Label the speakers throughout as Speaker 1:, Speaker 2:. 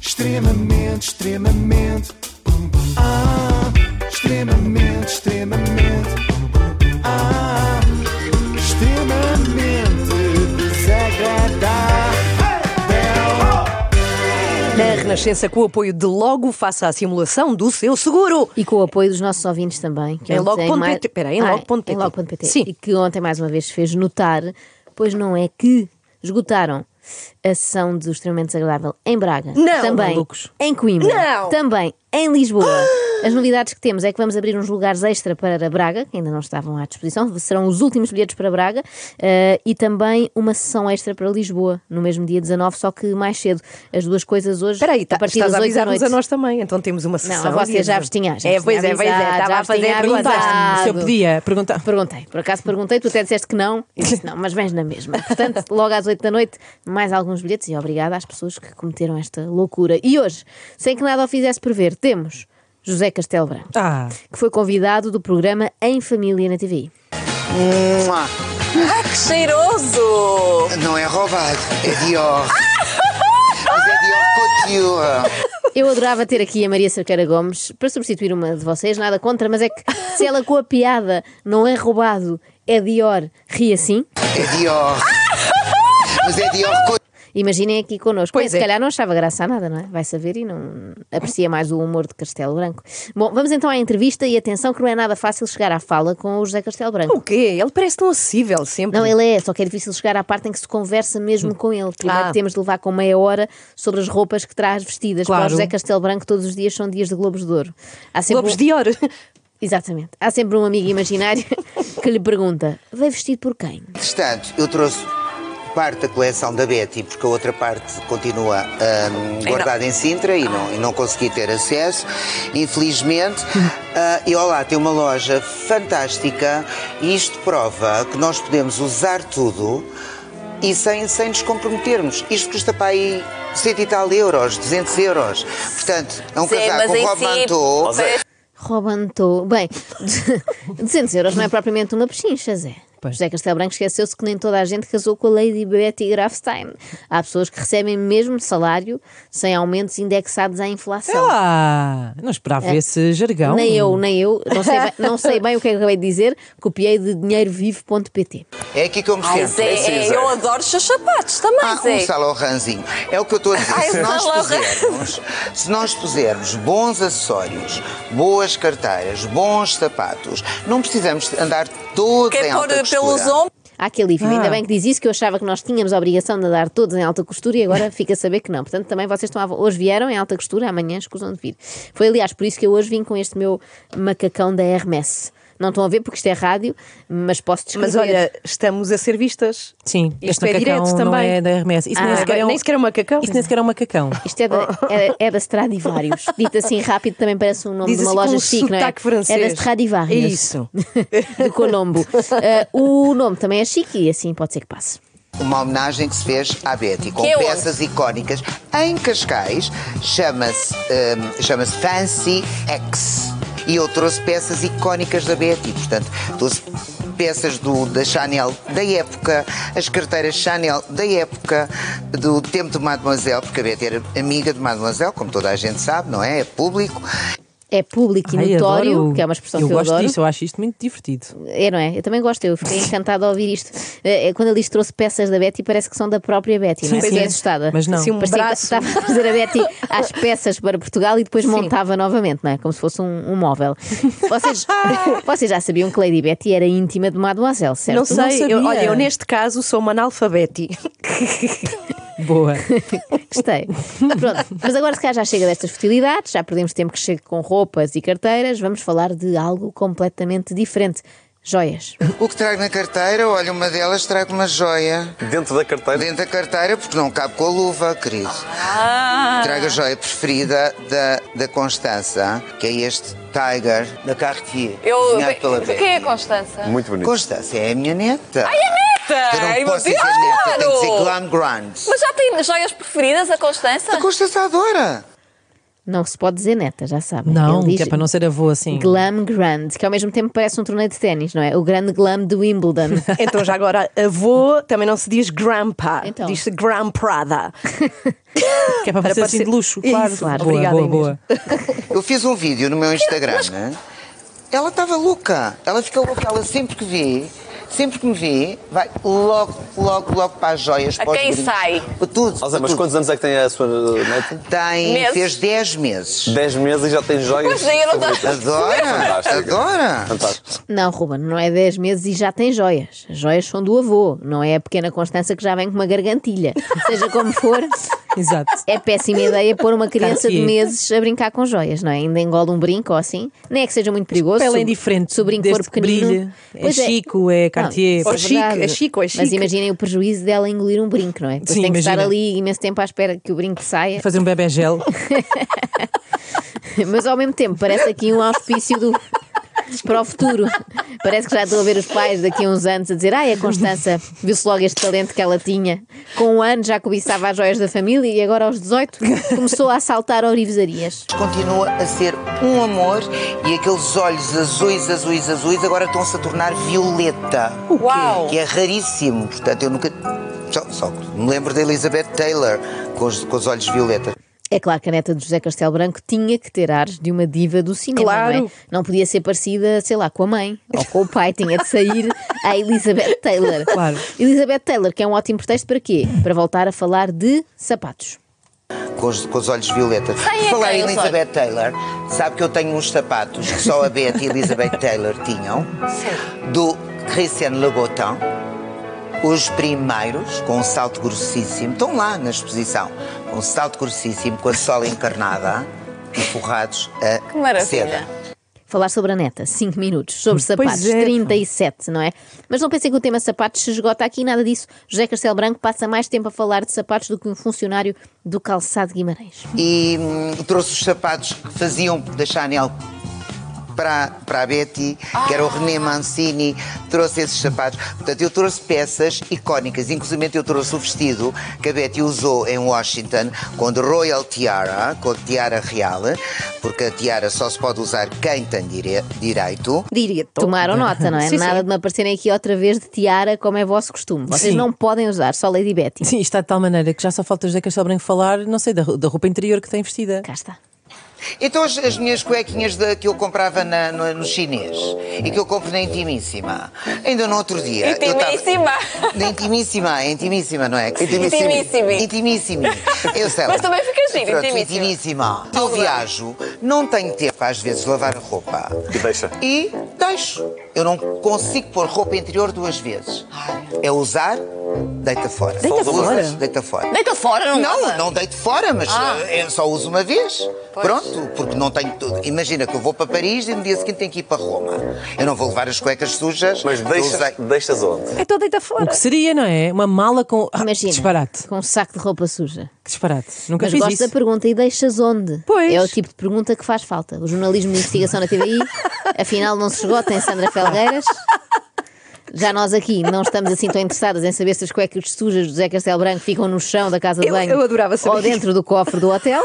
Speaker 1: Extremamente, extremamente. Ah, extremamente, extremamente. Ah, extremamente desagradável.
Speaker 2: Na Renascença, com o apoio de Logo, faça a simulação do seu seguro.
Speaker 3: E com o apoio dos nossos ouvintes também. Que
Speaker 2: Em
Speaker 3: ontem
Speaker 2: logo.pt.
Speaker 3: mais-
Speaker 2: Espera aí, é em
Speaker 3: Ah,
Speaker 2: logo.pt.
Speaker 3: em logo.pt.
Speaker 2: Sim.
Speaker 3: E que ontem mais uma vez fez notar, pois não é que esgotaram a sessão do extremamente desagradável em Braga.
Speaker 2: Não,
Speaker 3: também
Speaker 2: malucos.
Speaker 3: em Coimbra.
Speaker 2: Não.
Speaker 3: Também em Lisboa. As novidades que temos é que vamos abrir uns lugares extra para Braga, que ainda não estavam à disposição, serão os últimos bilhetes para Braga, eh, e também uma sessão extra para Lisboa, no mesmo dia 19, só que mais cedo. As duas coisas hoje,
Speaker 2: Espera aí, tá,
Speaker 3: a partir
Speaker 2: estás
Speaker 3: das
Speaker 2: a
Speaker 3: 8 da
Speaker 2: avisar-nos
Speaker 3: noite.
Speaker 2: a nós também. Então temos uma
Speaker 3: Não,
Speaker 2: sessão.
Speaker 3: a você
Speaker 2: dia
Speaker 3: já
Speaker 2: de-
Speaker 3: vos tinha. já
Speaker 2: É,
Speaker 3: vos
Speaker 2: pois
Speaker 3: tinha
Speaker 2: é, pois é.
Speaker 3: avisado,
Speaker 2: Estava
Speaker 3: já
Speaker 2: a
Speaker 3: vos
Speaker 2: fazer
Speaker 3: tinha
Speaker 2: a pergunta.
Speaker 3: avisado.
Speaker 2: Se eu podia perguntar.
Speaker 3: Perguntei, por acaso perguntei, tu até disseste que não, eu disse não, mas vens na mesma. Portanto, logo às 8 da noite, mais alguns bilhetes e obrigada às pessoas que cometeram esta loucura. E hoje, sem que nada o fizesse prever, temos José Castelo Branco,
Speaker 2: Ah,
Speaker 3: que foi convidado do programa Em Família na TVI.
Speaker 4: Mua.
Speaker 5: Ai, que cheiroso!
Speaker 4: Não é roubado, é Dior. Mas é Dior Couture.
Speaker 3: Eu adorava ter aqui a Maria Cerqueira Gomes para substituir uma de vocês, nada contra, mas é que se ela com a piada não é roubado, é Dior, ri assim.
Speaker 4: É Dior. Mas é Dior Couture.
Speaker 3: Imaginem aqui connosco.
Speaker 2: Pois
Speaker 3: Mas, se
Speaker 2: é.
Speaker 3: calhar não achava graça a nada, não é? Vai saber e não aprecia mais o humor de Castelo Branco. Bom, vamos então à entrevista e atenção que não é nada fácil chegar à fala com o José Castelo Branco.
Speaker 2: o quê? Ele parece tão acessível sempre.
Speaker 3: Não, ele é, só que é difícil chegar à parte em que se conversa mesmo com ele. Primeiro
Speaker 2: Ah.
Speaker 3: temos de levar com meia hora sobre as roupas que traz vestidas.
Speaker 2: Claro.
Speaker 3: Para o José Castelo Branco, todos os dias são dias de Globos de Ouro. Há sempre
Speaker 2: Globos
Speaker 3: um-
Speaker 2: de ouro.
Speaker 3: Exatamente. Há sempre um amigo imaginário que lhe pergunta: veio vestido por quem?
Speaker 4: Entretanto, eu trouxe parte da coleção da Betty, porque a outra parte continua ahm, guardada em Sintra e não, e não consegui ter acesso, infelizmente. Ah, e olá, tem uma loja fantástica e isto prova que nós podemos usar tudo e sem, sem nos comprometermos. Isto custa para aí 100 e tal euros, 200 euros. Portanto, é um
Speaker 5: Sim,
Speaker 4: casaco, um Rob Manteau.
Speaker 5: parece-
Speaker 3: Robantou. Bem, 200 euros não é propriamente uma pechincha, Zé.
Speaker 2: Pois.
Speaker 3: José Castelo Branco esqueceu-se que nem toda a gente casou com a Lady Betty Grafstein. Há pessoas que recebem mesmo salário sem aumentos indexados à inflação.
Speaker 2: Ah, não esperava esse
Speaker 6: Então?
Speaker 2: jargão.
Speaker 3: É. Nem eu, nem eu. Não sei, bem, não sei bem o que é que acabei de dizer. Copiei de dinheirovivo.pt.
Speaker 4: É aqui que eu me
Speaker 5: Ai,
Speaker 4: sinto.
Speaker 5: Zé, é, eu adoro os seus sapatos também,
Speaker 4: Ah, um
Speaker 5: Zé.
Speaker 4: Saint Laurentzinho. É o que eu estou a dizer.
Speaker 5: Ai,
Speaker 4: se, nós
Speaker 5: Saint Laurent.
Speaker 4: pusermos, se nós pusermos bons acessórios, boas carteiras, bons sapatos, não precisamos de andar todos em
Speaker 5: Quer é pôr
Speaker 4: alta costura.
Speaker 5: pelos ombros?
Speaker 3: Há que alívio.
Speaker 2: Ah.
Speaker 3: Ainda bem que diz isso, que eu achava que nós tínhamos a obrigação de andar todos em alta costura e agora fica a saber que não. Portanto, também vocês estão à... vo- hoje vieram em alta costura, amanhã escusam de vir. Foi, aliás, por isso que eu hoje vim com este meu macacão da Hermès. Não estão a ver porque isto é rádio, mas posso descrever.
Speaker 7: Mas olha, estamos a ser vistas.
Speaker 2: Sim, este
Speaker 7: Isto é
Speaker 2: macacão
Speaker 7: direto
Speaker 2: não
Speaker 7: também.
Speaker 2: é da RMS. Isso
Speaker 3: Ah,
Speaker 2: nem sequer é um,
Speaker 7: nem sequer é um macacão.
Speaker 2: Isso nem sequer é um macacão.
Speaker 3: Isto é
Speaker 7: oh,
Speaker 3: da, é, é da Stradivarius. Dito assim rápido também parece um nome
Speaker 7: Diz
Speaker 3: de uma
Speaker 7: assim com
Speaker 3: loja
Speaker 7: um
Speaker 3: chique, não é?
Speaker 7: sotaque francês.
Speaker 3: É da Stradivarius.
Speaker 2: É isso.
Speaker 3: Do Colombo. Ah, o nome também é chique e assim pode ser que passe.
Speaker 4: Uma homenagem que se fez à Betty, com
Speaker 5: Que é onde?
Speaker 4: peças icónicas em Cascais, chama-se hum, chama-se Fancy X. E eu trouxe peças icónicas da Betty, portanto, trouxe peças do, da Chanel da época, as carteiras Chanel da época, do tempo de Mademoiselle, porque a Betty era amiga de Mademoiselle, como toda a gente sabe, não é? É público.
Speaker 3: É público e
Speaker 2: Ai,
Speaker 3: notório,
Speaker 2: adoro.
Speaker 3: que é uma expressão
Speaker 2: eu
Speaker 3: que eu
Speaker 2: gosto
Speaker 3: adoro.
Speaker 2: disso, eu acho isto muito divertido.
Speaker 3: É, não é? Eu também gosto, eu fiquei encantada ao ouvir isto. Eh, eh, Quando ele diz que trouxe peças da Betty, parece que são da própria Betty, não é?
Speaker 2: Sim,
Speaker 3: Fiquei
Speaker 2: sim.
Speaker 3: assustada.
Speaker 2: Mas não.
Speaker 7: Assim, um
Speaker 3: Parecia que
Speaker 7: braço.
Speaker 3: estava a fazer a Betty às peças para Portugal e depois montava novamente, não é? Como se fosse um, um móvel. Vocês, vocês já sabiam que Lady Betty era íntima de Mademoiselle, certo?
Speaker 7: Não sei,
Speaker 2: sabia.
Speaker 7: eu- olha, eu neste caso sou uma analfabeti.
Speaker 2: Boa.
Speaker 3: Gostei. Ah, Pronto, mas agora se calhar já chega destas futilidades, já perdemos tempo que chegue com roupas e carteiras, vamos falar de algo completamente diferente. Joias.
Speaker 4: O que trago na carteira, olha, uma delas trago uma joia.
Speaker 6: Dentro da carteira.
Speaker 4: Dentro da carteira, porque não cabe com a luva, querido.
Speaker 5: Ah.
Speaker 4: Traga a joia preferida da, da Constança, que é este Tiger da Cartier,
Speaker 5: Eu.
Speaker 4: desenhado pela Betty.
Speaker 5: Quem é a Constança?
Speaker 6: Muito bonito.
Speaker 4: Constança é a minha neta. Ai,
Speaker 5: Neta!
Speaker 4: Eu
Speaker 5: Ai,
Speaker 4: não
Speaker 5: meu
Speaker 4: posso dizer
Speaker 5: Deus,
Speaker 4: neta, tenho que dizer
Speaker 5: claro!
Speaker 4: Glam Grant.
Speaker 5: Mas já tem joias preferidas, a Constança?
Speaker 4: A Constança adora.
Speaker 3: Não se pode dizer neta, já sabem.
Speaker 6: Não,
Speaker 3: Ele
Speaker 6: que é
Speaker 3: diz
Speaker 6: para não ser avô assim.
Speaker 3: Glam Grand, que ao mesmo tempo parece um torneio de ténis, não é? O grande glam de Wimbledon. É,
Speaker 7: Então, já agora, avô também não se diz grandpa,
Speaker 3: Então.
Speaker 7: diz-se grandprada.
Speaker 6: Que é para parecer assim de luxo,
Speaker 7: Isso,
Speaker 6: claro.
Speaker 3: claro.
Speaker 6: Boa,
Speaker 7: Obrigada,
Speaker 6: boa, boa.
Speaker 4: Eu fiz um vídeo no meu Instagram. né? Ela estava louca. Ela fica louca. Ela sempre que vê, sempre que me vê, vai logo, logo, logo para as joias.
Speaker 5: A
Speaker 4: para os
Speaker 5: quem
Speaker 4: brincos,
Speaker 5: sai?
Speaker 4: Para tudo.
Speaker 8: Ou seja,
Speaker 4: para
Speaker 8: mas
Speaker 4: tudo.
Speaker 8: quantos anos é que tem a sua uh, neta?
Speaker 4: Tem,
Speaker 5: Meses?
Speaker 4: fez 10 meses.
Speaker 8: 10 meses e já tem joias.
Speaker 5: Pois é, eu não tô-
Speaker 8: favoritas.
Speaker 4: Adora,
Speaker 8: Fantástica.
Speaker 4: adora.
Speaker 8: Fantástico.
Speaker 3: Não, Ruben, não é 10 meses e já tem joias. As joias são do avô, não é a pequena Constança que já vem com uma gargantilha. Seja como for,
Speaker 6: Exato.
Speaker 3: é péssima ideia pôr uma criança de
Speaker 6: Cartier.
Speaker 3: meses a brincar com joias, não é? Ainda engola um brinco ou assim. Nem é que seja muito perigoso.
Speaker 6: Para ela é
Speaker 3: se o-
Speaker 6: indiferente.
Speaker 3: Se o brinco for
Speaker 6: desde que
Speaker 3: pequenino.
Speaker 6: brilha. É
Speaker 3: um Pois
Speaker 6: Chico, é Cartier.
Speaker 3: Não,
Speaker 7: Ou
Speaker 3: isso
Speaker 7: chique,
Speaker 3: verdade.
Speaker 7: é chico, é
Speaker 3: Mas
Speaker 7: chique.
Speaker 3: imaginem o prejuízo dela engolir um brinco, não é? Depois
Speaker 6: Sim,
Speaker 3: tem que estar
Speaker 6: imagina.
Speaker 3: ali imenso tempo à espera que o brinco saia.
Speaker 6: Fazer um bebé gel.
Speaker 3: Mas ao mesmo tempo, parece aqui um auspício do. Para o futuro. Parece que já estou a ver os pais daqui a uns anos a dizer: Ai, a Constança viu-se logo este talento que ela tinha. Com um ano já cobiçava as joias da família e agora aos 18 começou a assaltar orivesarias.
Speaker 4: Continua a ser um amor e aqueles olhos azuis, azuis, azuis agora estão-se a tornar violeta.
Speaker 5: Uau!
Speaker 4: Que é raríssimo. Portanto, eu nunca. Só, só me lembro da Elizabeth Taylor com os, com os olhos violeta.
Speaker 3: É claro que a neta de José Castelo Branco tinha que ter ares de uma diva do cinema.
Speaker 7: Claro.
Speaker 3: Não, é? Não podia ser parecida, sei lá, com a mãe ou com o pai. Tinha de sair a Elizabeth Taylor.
Speaker 6: Claro.
Speaker 3: Elizabeth Taylor, que é um ótimo pretexto para quê? Para voltar a falar de sapatos.
Speaker 4: Com os, com os olhos violeta.
Speaker 5: Quem é
Speaker 4: Por falar em
Speaker 5: quem, os
Speaker 4: Elizabeth Taylor, sabe que eu tenho uns sapatos que só a Betty e Elizabeth Taylor tinham, do Christian Louboutin. Os primeiros, com um salto grossíssimo, estão lá na exposição, com um salto grossíssimo, com a sola encarnada e forrados a
Speaker 5: Que maravilha.
Speaker 4: seda.
Speaker 3: Falar sobre a neta, 5 minutos. Sobre sapatos,
Speaker 6: é.
Speaker 3: 37, não é? Mas não pensem que o tema sapatos se esgota aqui, nada disso. José Castelo Branco passa mais tempo a falar de sapatos do que um funcionário do calçado Guimarães.
Speaker 4: e hum, trouxe os sapatos que faziam da Chanel para, para a Betty, que era o René Mancini, trouxe esses sapatos. Portanto, eu trouxe peças icónicas, inclusive eu trouxe o vestido que a Betty usou em Washington com The Royal Tiara, com a tiara real, porque a tiara só se pode usar quem tem dire- direito.
Speaker 7: Direto.
Speaker 3: Tomaram nota, não é?
Speaker 7: Sim, sim.
Speaker 3: Nada de me aparecerem aqui outra vez de tiara, como é vosso costume. Vocês
Speaker 6: Sim.
Speaker 3: não podem usar, só Lady Betty.
Speaker 6: Sim, isto está de tal maneira que já só falta o José Castelo Branco falar, não sei, da, ru- da roupa interior que tem vestida.
Speaker 3: Cá está.
Speaker 4: Então as, as minhas cuequinhas da- que eu comprava na- no, no chinês e que eu compro na Intimíssima, ainda no outro dia. eu tava-
Speaker 5: Intimíssima.
Speaker 4: Na Intimíssima, é Intimíssima, não é?
Speaker 5: Intimíssimi.
Speaker 4: Intimíssimi. Eu sei lá.
Speaker 5: Mas também fica giro,
Speaker 4: Pronto,
Speaker 5: Intimíssima.
Speaker 4: Intimíssima. Eu viajo, não tenho tempo às vezes de lavar a roupa.
Speaker 8: E deixa.
Speaker 4: E deixo. Eu não consigo pôr roupa interior duas vezes. É usar, deita fora.
Speaker 6: Deita
Speaker 4: Usas,
Speaker 6: fora?
Speaker 4: Deita fora.
Speaker 5: Deita fora, não
Speaker 4: Não,
Speaker 5: lava?
Speaker 4: não deito fora, mas eh, eu só uso uma vez.
Speaker 5: Pois.
Speaker 4: Pronto, porque não tenho tudo. Imagina que eu vou para Paris e no dia seguinte tenho que ir para Roma. Eu não vou levar as cuecas sujas.
Speaker 8: Mas
Speaker 4: que eu
Speaker 8: deixas,
Speaker 4: usei.
Speaker 8: deixas onde?
Speaker 4: É
Speaker 7: Então deita fora.
Speaker 6: O que seria, não é? Uma mala com. Ah,
Speaker 3: Imagina.
Speaker 6: Disparate.
Speaker 3: Com um saco de roupa suja.
Speaker 6: Que disparate. Nunca
Speaker 3: Mas
Speaker 6: fiz
Speaker 3: gosto
Speaker 6: isso.
Speaker 3: da pergunta e deixas onde?
Speaker 7: Pois.
Speaker 3: É o tipo de pergunta que faz falta. O jornalismo de investigação na TVI, afinal, não se esgota em Sandra Felgueiras. Já nós aqui não estamos assim tão interessadas em saber se as cuecas sujas de José Castelo Branco ficam no chão da casa de
Speaker 7: Eu-
Speaker 3: banho
Speaker 7: eu adorava saber
Speaker 3: ou dentro do cofre do hotel.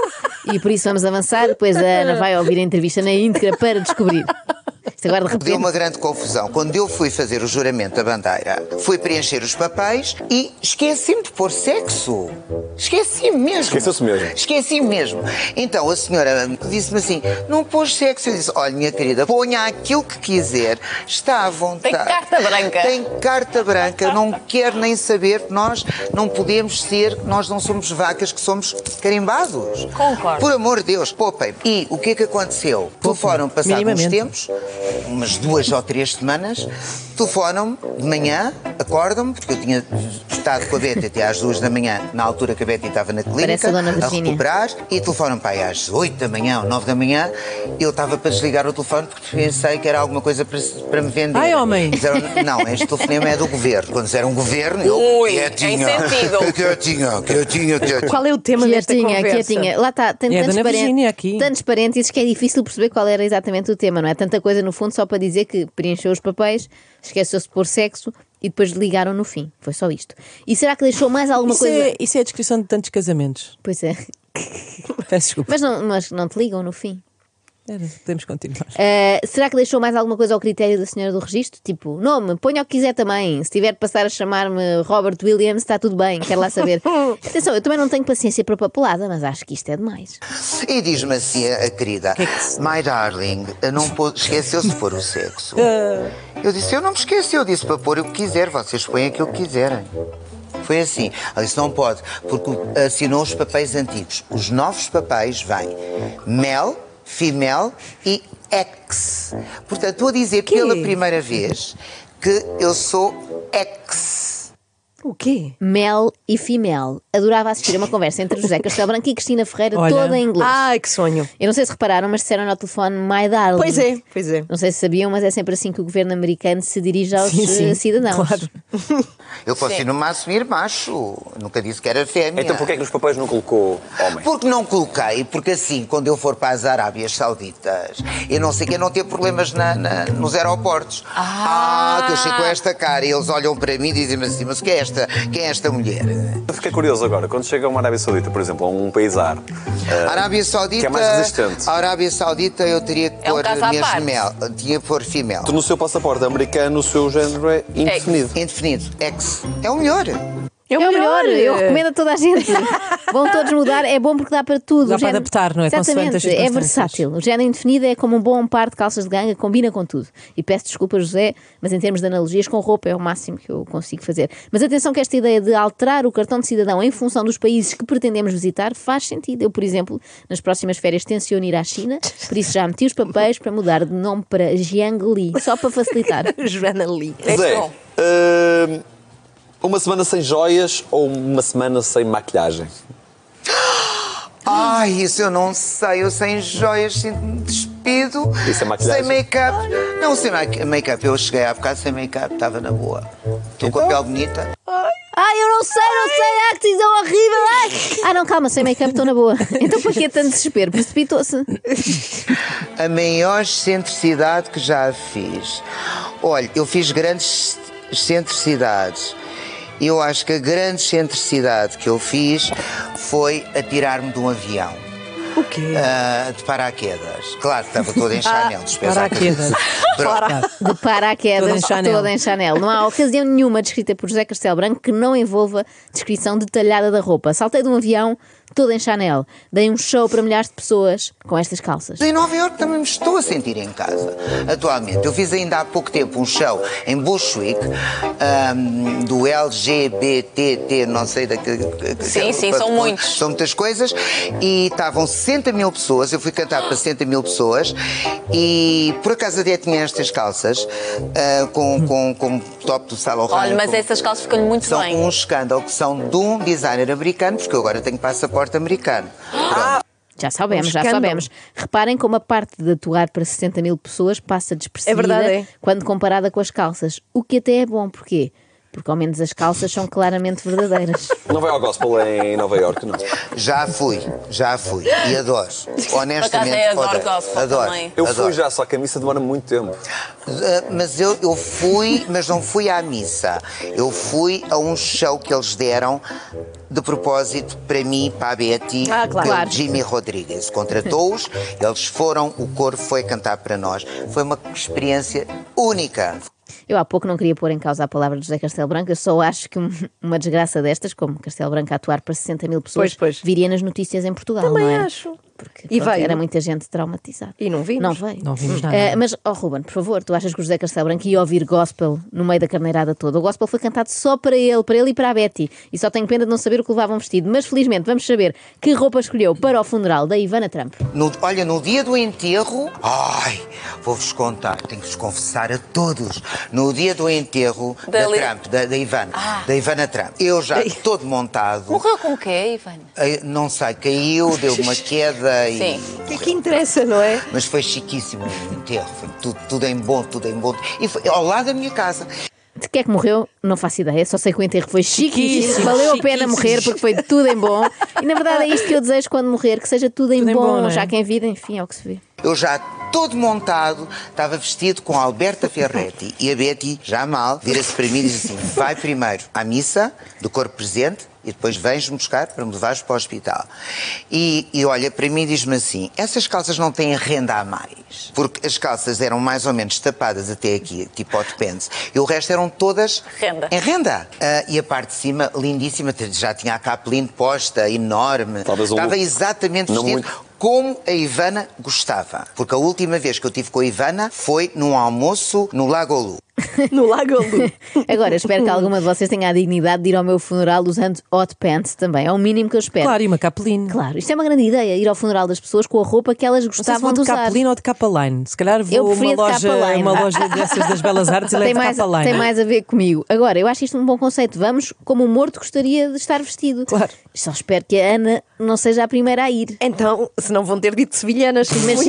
Speaker 3: E por isso vamos avançar. Depois a Ana vai ouvir a entrevista na íntegra para descobrir. Isto agora de
Speaker 4: Deu
Speaker 3: repente.
Speaker 4: uma grande confusão. Quando eu fui fazer o juramento da bandeira, fui preencher os papéis e esqueci-me de pôr sexo. Esqueci-me mesmo.
Speaker 8: Esqueceu-se mesmo.
Speaker 4: Esqueci-me mesmo. Então a senhora disse-me assim: não pôs sexo. Eu disse: olha, minha querida, ponha aquilo que quiser, está à vontade.
Speaker 5: Tem carta branca.
Speaker 4: Tem carta branca, não quer nem saber que nós não podemos ser, que nós não somos vacas, que somos carimbados.
Speaker 5: Concordo.
Speaker 4: Por amor de Deus, poupem. E o que é que aconteceu? Telefonam passados uns
Speaker 6: Minimamente.
Speaker 4: tempos tempos, umas duas ou três semanas, telefonam-me de manhã, acordam-me, porque eu tinha estado com a Betty até às duas da manhã, na altura que a Betty estava na
Speaker 3: Parece
Speaker 4: clínica,
Speaker 3: a Dona Virgínia.
Speaker 4: recuperar, e telefonam para aí às oito da manhã ou nove da manhã, eu estava para desligar o telefone porque pensei que era alguma coisa para, se- para me vender.
Speaker 6: Ai, homem.
Speaker 4: Disseram, não, este telefonema é do governo. Quando disseram governo, eu
Speaker 5: Ui,
Speaker 4: quietinha,
Speaker 5: em sentido.
Speaker 4: quietinha, quietinha, quietinha.
Speaker 7: Qual é o tema desta
Speaker 3: Quietinha,
Speaker 7: conversa?
Speaker 3: quietinha. Lá está, tem
Speaker 6: É a
Speaker 3: tantos,
Speaker 6: Dona
Speaker 3: paren-
Speaker 6: Virgínia aqui.
Speaker 3: tantos parênteses que é difícil perceber qual era exatamente o tema, não é? Tanta coisa no fundo só para dizer que preencheu os papéis, esqueceu-se de pôr sexo e depois ligaram no fim. Foi só isto. E será que deixou mais alguma
Speaker 6: Isso,
Speaker 3: coisa?
Speaker 6: é, isso é a descrição de tantos casamentos.
Speaker 3: Pois é.
Speaker 6: Peço desculpa.
Speaker 3: Mas não, mas não te ligam no fim.
Speaker 6: Era, podemos continuar.
Speaker 3: Uh, será que deixou mais alguma coisa ao critério da senhora do registro? Tipo, nome, ponha o que quiser também. Se tiver de passar a chamar-me Robert Williams, está tudo bem, quero lá saber. Atenção, eu também não tenho paciência para papelada, mas acho que isto é demais.
Speaker 4: E diz-me assim a, a querida, My darling, não pô- esqueceu-se de pôr o sexo. Eu disse, eu não me esqueci, eu disse para pôr o que quiser, vocês põem aquilo que quiserem. Foi assim. Ela disse, não pode, porque assinou os papéis antigos. Os novos papéis vêm mel, female e ex. Portanto, estou a dizer pela primeira vez que eu sou ex.
Speaker 2: O quê?
Speaker 3: Mel e Fimel. Adorava assistir a uma conversa entre José Castelo Branco e Cristina Ferreira,
Speaker 6: Olha.
Speaker 3: toda em inglês.
Speaker 7: Ai, que sonho.
Speaker 3: Eu não sei se repararam, mas disseram no telefone My darling.
Speaker 7: Pois é, pois é.
Speaker 3: Não sei se sabiam, mas é sempre assim que o governo americano se dirige aos
Speaker 6: Sim, sim,
Speaker 3: eh, cidadãos.
Speaker 6: claro.
Speaker 4: Eu continuo-me a assumir macho. Nunca disse que era fêmea.
Speaker 8: Então porquê é que nos papéis não colocou homem?
Speaker 4: Porque não coloquei, porque assim, quando eu for para as Arábias Sauditas, eu não sei que eu não ter problemas na- na- nos aeroportos. Ah. que eu chego com esta cara e eles olham para mim e dizem-me assim: mas quem é esta, quem é esta mulher?
Speaker 8: Eu fiquei curioso agora, quando chega uma Arábia Saudita, por exemplo, a um país árabe, eh,
Speaker 4: Arábia Saudita.
Speaker 8: Que é mais resistente.
Speaker 4: A Arábia Saudita eu teria que
Speaker 5: É um
Speaker 4: pôr
Speaker 5: caso à
Speaker 4: mesmo
Speaker 5: parte.
Speaker 4: mel. Tinha que pôr female.
Speaker 8: tu no seu passaporte americano o seu género é indefinido.
Speaker 4: Indefinido. Ex. É o melhor.
Speaker 3: É o melhor,
Speaker 6: eh.
Speaker 3: eu recomendo a toda a gente. Vão todos mudar, é bom porque dá para tudo.
Speaker 6: Dá
Speaker 3: O
Speaker 6: para adaptar, não é? Consoante as
Speaker 3: Exatamente, é
Speaker 6: circunstâncias.
Speaker 3: versátil. O género indefinido é como um bom par de calças de ganga, combina com tudo. E peço desculpa, José, mas em termos de analogias com roupa é o máximo que eu consigo fazer. Mas atenção que esta ideia de alterar o cartão de cidadão em função dos países que pretendemos visitar faz sentido. Eu, por exemplo, nas próximas férias tenciono ir à China, por isso já meti os papéis para mudar de nome para Jiang Li, só para facilitar.
Speaker 7: Joana Lee. É
Speaker 8: Zé,
Speaker 5: bom.
Speaker 8: hum, uma semana sem joias ou uma semana sem maquilhagem?
Speaker 4: Ai, isso eu não sei. Eu sem joias, sinto-me despido.
Speaker 8: Isso é maquilhagem?
Speaker 4: Sem make-up. Não, sem make- make-up. Eu cheguei há bocado sem make-up, estava na boa. Estou com a
Speaker 8: Então?
Speaker 4: pele bonita.
Speaker 3: Ai, eu não sei, não sei, ah, que decisão horrível! Ai. Ah, não, calma, sem make-up estou na boa. Então para que tanto desespero? Precipitou-se.
Speaker 4: A maior excentricidade que já fiz. Olha, eu fiz grandes excentricidades. Eu acho que a grande excentricidade que eu fiz foi atirar-me de um avião.
Speaker 7: O quê?
Speaker 4: ah, de paraquedas. Claro, estava toda em Chanel, despesa à
Speaker 6: paraquedas.
Speaker 4: cabeça. Pronto.
Speaker 3: De
Speaker 6: Toda em
Speaker 3: paraquedas,
Speaker 6: Chanel.
Speaker 3: toda em Chanel. Não há ocasião nenhuma descrita por José Castelo Branco que não envolva descrição detalhada da roupa. Saltei de um avião, toda em Chanel. Dei um show para milhares de pessoas com estas calças.
Speaker 4: Em Nova Iorque também me estou a sentir em casa, atualmente. Eu fiz ainda há pouco tempo um show em Bushwick ahm, do LGBTT, não sei daquele.
Speaker 5: Sim, sim,
Speaker 4: daquele-
Speaker 5: são muitos.
Speaker 4: é um São muitas coisas. E estavam 60 mil pessoas, eu fui cantar para 60 mil pessoas e por acaso até tinha estas calças ah, com, com, com top do Salão
Speaker 5: Olha, mas essas calças ficam-lhe muito
Speaker 4: são
Speaker 5: bem.
Speaker 4: um escândalo que são de um designer americano, porque eu agora tenho passaporte americano.
Speaker 3: Já sabemos,
Speaker 7: Um
Speaker 3: já
Speaker 7: escândalo.
Speaker 3: sabemos. Reparem como a parte de atuar para 60 mil pessoas passa despercebida
Speaker 7: É verdade, é.
Speaker 3: quando comparada com as calças. O que até é bom, porquê? Porque ao menos as calças são claramente verdadeiras.
Speaker 8: Não vai ao gospel em Nova Iorque, não.
Speaker 4: Já fui, já fui. E adoro. Honestamente,
Speaker 5: Por acaso, eu adoro
Speaker 4: adoro.
Speaker 5: gospel
Speaker 4: adoro,
Speaker 5: também.
Speaker 8: Eu
Speaker 4: adoro.
Speaker 8: fui já, só que a missa demora muito tempo.
Speaker 4: Uh, mas eu, eu fui, mas não fui à missa. Eu fui a um show que eles deram de propósito para mim, para a Betty,
Speaker 7: Ah, claro.
Speaker 4: pelo
Speaker 3: Claro.
Speaker 4: Jimmy Rodrigues. Contratou-os, eles foram, o coro foi cantar para nós. Foi uma experiência única.
Speaker 3: Eu há pouco não queria pôr em causa a palavra de José Castelo Branco, eu só acho que um- uma desgraça destas, como Castelo Branco a atuar para 60 mil pessoas,
Speaker 7: Pois, pois.
Speaker 3: viria nas notícias em Portugal,
Speaker 7: Também
Speaker 3: não era?
Speaker 7: acho.
Speaker 3: Porque
Speaker 7: E
Speaker 3: pronto,
Speaker 7: veio.
Speaker 3: era muita gente traumatizada.
Speaker 7: E não vimos.
Speaker 3: Não veio.
Speaker 6: Não vimos nada.
Speaker 3: Eh, mas, oh Ruben, por favor, tu achas que o José Castelo Branco ia ouvir gospel no meio da carneirada toda? O gospel foi cantado só para ele, para ele e para a Betty. E só tenho pena de não saber o que levavam vestido. Mas felizmente vamos saber que roupa escolheu para o funeral da Ivana Trump.
Speaker 4: No- olha, no dia do enterro, ai, vou-vos contar, tenho que vos confessar a todos. No dia do enterro da, Ah.
Speaker 5: Da Li-
Speaker 4: Trump, da, da Ivana, da Ivana Trump, eu já todo montado,
Speaker 5: Morreu com o quê, Ivana?
Speaker 4: eh, não sei, caiu, deu uma queda e.
Speaker 5: Sim.
Speaker 7: O que é que interessa, não é?
Speaker 4: Mas foi chiquíssimo o enterro, foi tudo, tudo em bom, tudo em bom. E foi ao lado da minha casa.
Speaker 3: De que é que morreu? Não faço ideia, só sei que o enterro foi chiquíssimo.
Speaker 6: Chiquíssimo,
Speaker 3: Valeu a pena
Speaker 6: chiquíssimo.
Speaker 3: morrer porque foi tudo em bom. E na verdade é isto que eu desejo quando morrer, que seja tudo em
Speaker 6: Tudo em
Speaker 3: bom,
Speaker 6: bom, não é?
Speaker 3: já que em vida, enfim, é o que se vê.
Speaker 4: Eu já todo montado, estava vestido com a Alberta Ferretti. E a Betty, já mal, vira-se para mim e diz assim: vai primeiro à missa, do corpo presente, e depois vens-me buscar para me levares para o hospital. E, e olha para mim e diz-me assim: essas calças não têm renda a mais. Porque as calças eram mais ou menos tapadas até aqui, tipo hot pants, e o resto eram todas
Speaker 5: Renda.
Speaker 4: em renda. Ah, e a parte de cima, lindíssima, já tinha a capelinha posta, enorme.
Speaker 8: Talvez um
Speaker 4: Estava
Speaker 8: look
Speaker 4: exatamente
Speaker 8: não
Speaker 4: vestido
Speaker 8: muito-
Speaker 4: como a Ivana gostava. Porque a última vez que eu tive com a Ivana foi num almoço no Lago Lu.
Speaker 7: No Lago Lu.
Speaker 3: Agora, espero que alguma de vocês tenha a dignidade de ir ao meu funeral usando hot pants também. É o mínimo que eu espero.
Speaker 6: Claro, e uma capelina.
Speaker 3: Claro, isto é uma grande ideia, ir ao funeral das pessoas com a roupa que elas
Speaker 6: Não sei se
Speaker 3: gostavam
Speaker 6: vou
Speaker 3: de
Speaker 6: de
Speaker 3: usar.
Speaker 6: capeline ou de capeline. Se calhar vou
Speaker 3: Eu
Speaker 6: a uma
Speaker 3: preferia de
Speaker 6: loja,
Speaker 3: capeline.
Speaker 6: uma loja dessas das belas artes e
Speaker 3: Tem
Speaker 6: levo
Speaker 3: mais,
Speaker 6: capeline.
Speaker 3: tem mais a ver comigo. Agora, eu acho isto um bom conceito. Vamos como o morto gostaria de estar vestido.
Speaker 6: Claro.
Speaker 3: Só espero que a Ana não seja a primeira a ir.
Speaker 7: Então, se não vão ter dito sevilhanas,
Speaker 3: Mas...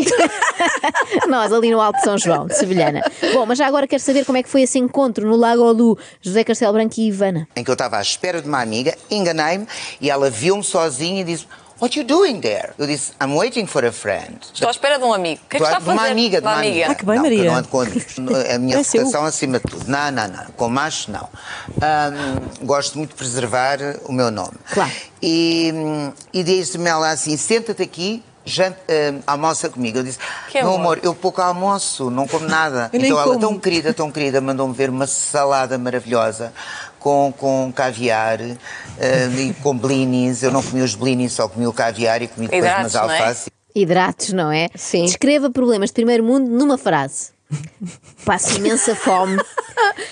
Speaker 3: Nós ali no Alto de São João, de Sevilhana. Bom, mas já agora quero saber como é que foi esse encontro no Lago Lu, José Castelo Branco e Ivana.
Speaker 4: em que eu estava à espera de uma amiga, enganei-me e ela viu-me sozinha e disse: What you doing there? Eu disse: I'm waiting for a friend.
Speaker 5: Estou à espera de um amigo. O que é que
Speaker 4: Claro,
Speaker 5: está a
Speaker 4: de
Speaker 5: fazer?
Speaker 4: uma amiga, de uma amiga.
Speaker 6: Ah, que bem,
Speaker 4: não, porque
Speaker 6: Maria.
Speaker 4: Eu não ando com amigos. A minha
Speaker 6: É seu.
Speaker 4: reputação acima de tudo. Não, não, não. Com macho, não. Ahm, gosto muito de preservar o meu nome.
Speaker 3: Claro.
Speaker 4: E, e disse-me ela assim: senta-te aqui. janta- ahm, almoça comigo. Eu disse,
Speaker 5: Que
Speaker 4: meu
Speaker 5: amor."
Speaker 4: amor, eu pouco almoço, não como nada.
Speaker 6: Eu nem
Speaker 4: então ela,
Speaker 6: como.
Speaker 4: tão querida, tão querida, mandou-me ver uma salada maravilhosa com, com caviar ahm, e com blinis. Eu não comi os blinis, só comi o caviar e comi depois
Speaker 5: Hidratos,
Speaker 4: umas
Speaker 5: não é?
Speaker 4: alfaces.
Speaker 3: Hidratos, não é?
Speaker 7: Sim.
Speaker 3: Descreva problemas de primeiro mundo numa frase. Passo imensa fome.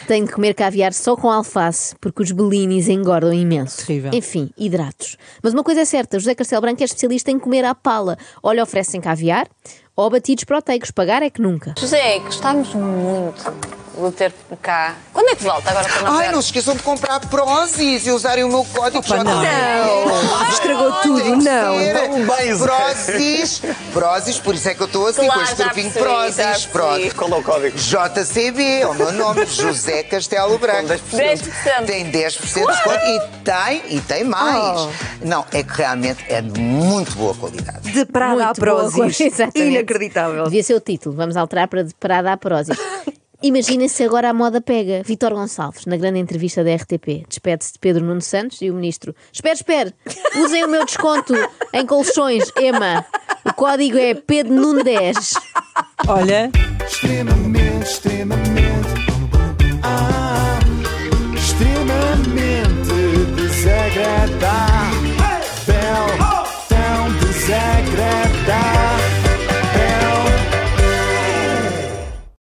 Speaker 3: Tenho de comer caviar só com alface, porque os belinis engordam imenso.
Speaker 6: Terrível.
Speaker 3: Enfim, hidratos. Mas uma coisa é certa: José Castelo Branco é especialista em comer à pala. Ou lhe oferecem caviar ou batidos proteicos. Pagar é que nunca.
Speaker 5: José, gostámos muito de ter cá. Quando é que volta agora para Nova
Speaker 4: Ai,
Speaker 5: Iorque?
Speaker 4: não se esqueçam de comprar Prozis e usarem o meu código
Speaker 6: Opa,
Speaker 4: JB.
Speaker 6: não.
Speaker 7: Não, estragou
Speaker 4: Ai,
Speaker 7: tudo,
Speaker 4: tem que
Speaker 7: não.
Speaker 4: ser.
Speaker 8: Não, bem, Zé.
Speaker 4: Prozis, Prozis, por isso é que eu estou assim,
Speaker 5: Claro,
Speaker 4: com este
Speaker 5: já
Speaker 4: corpinho
Speaker 5: percebi, já
Speaker 4: Prozis,
Speaker 5: percebi.
Speaker 4: Prozis.
Speaker 8: Qual é o código?
Speaker 4: JCB, é o meu nome, José
Speaker 6: Então,
Speaker 4: Castelo Branco.
Speaker 5: 10%.
Speaker 4: Tem 10% de desconto e tem, e tem mais.
Speaker 6: Oh.
Speaker 4: Não, é que realmente é de muito boa qualidade.
Speaker 7: De Prada à
Speaker 3: Muito boa
Speaker 7: Prozis.
Speaker 3: coisa, exatamente.
Speaker 7: Inacreditável.
Speaker 3: Devia ser o título. Vamos alterar para de parada à prósis. Imaginem se agora a moda pega. Vitor Gonçalves, na grande entrevista da RTP, despede-se de Pedro Nuno Santos e o ministro. Espera, espera, usem o meu desconto em colchões, Ema. O código é Pedro Nuno 10.
Speaker 6: Olha.
Speaker 1: extremamente, extremamente. Ah,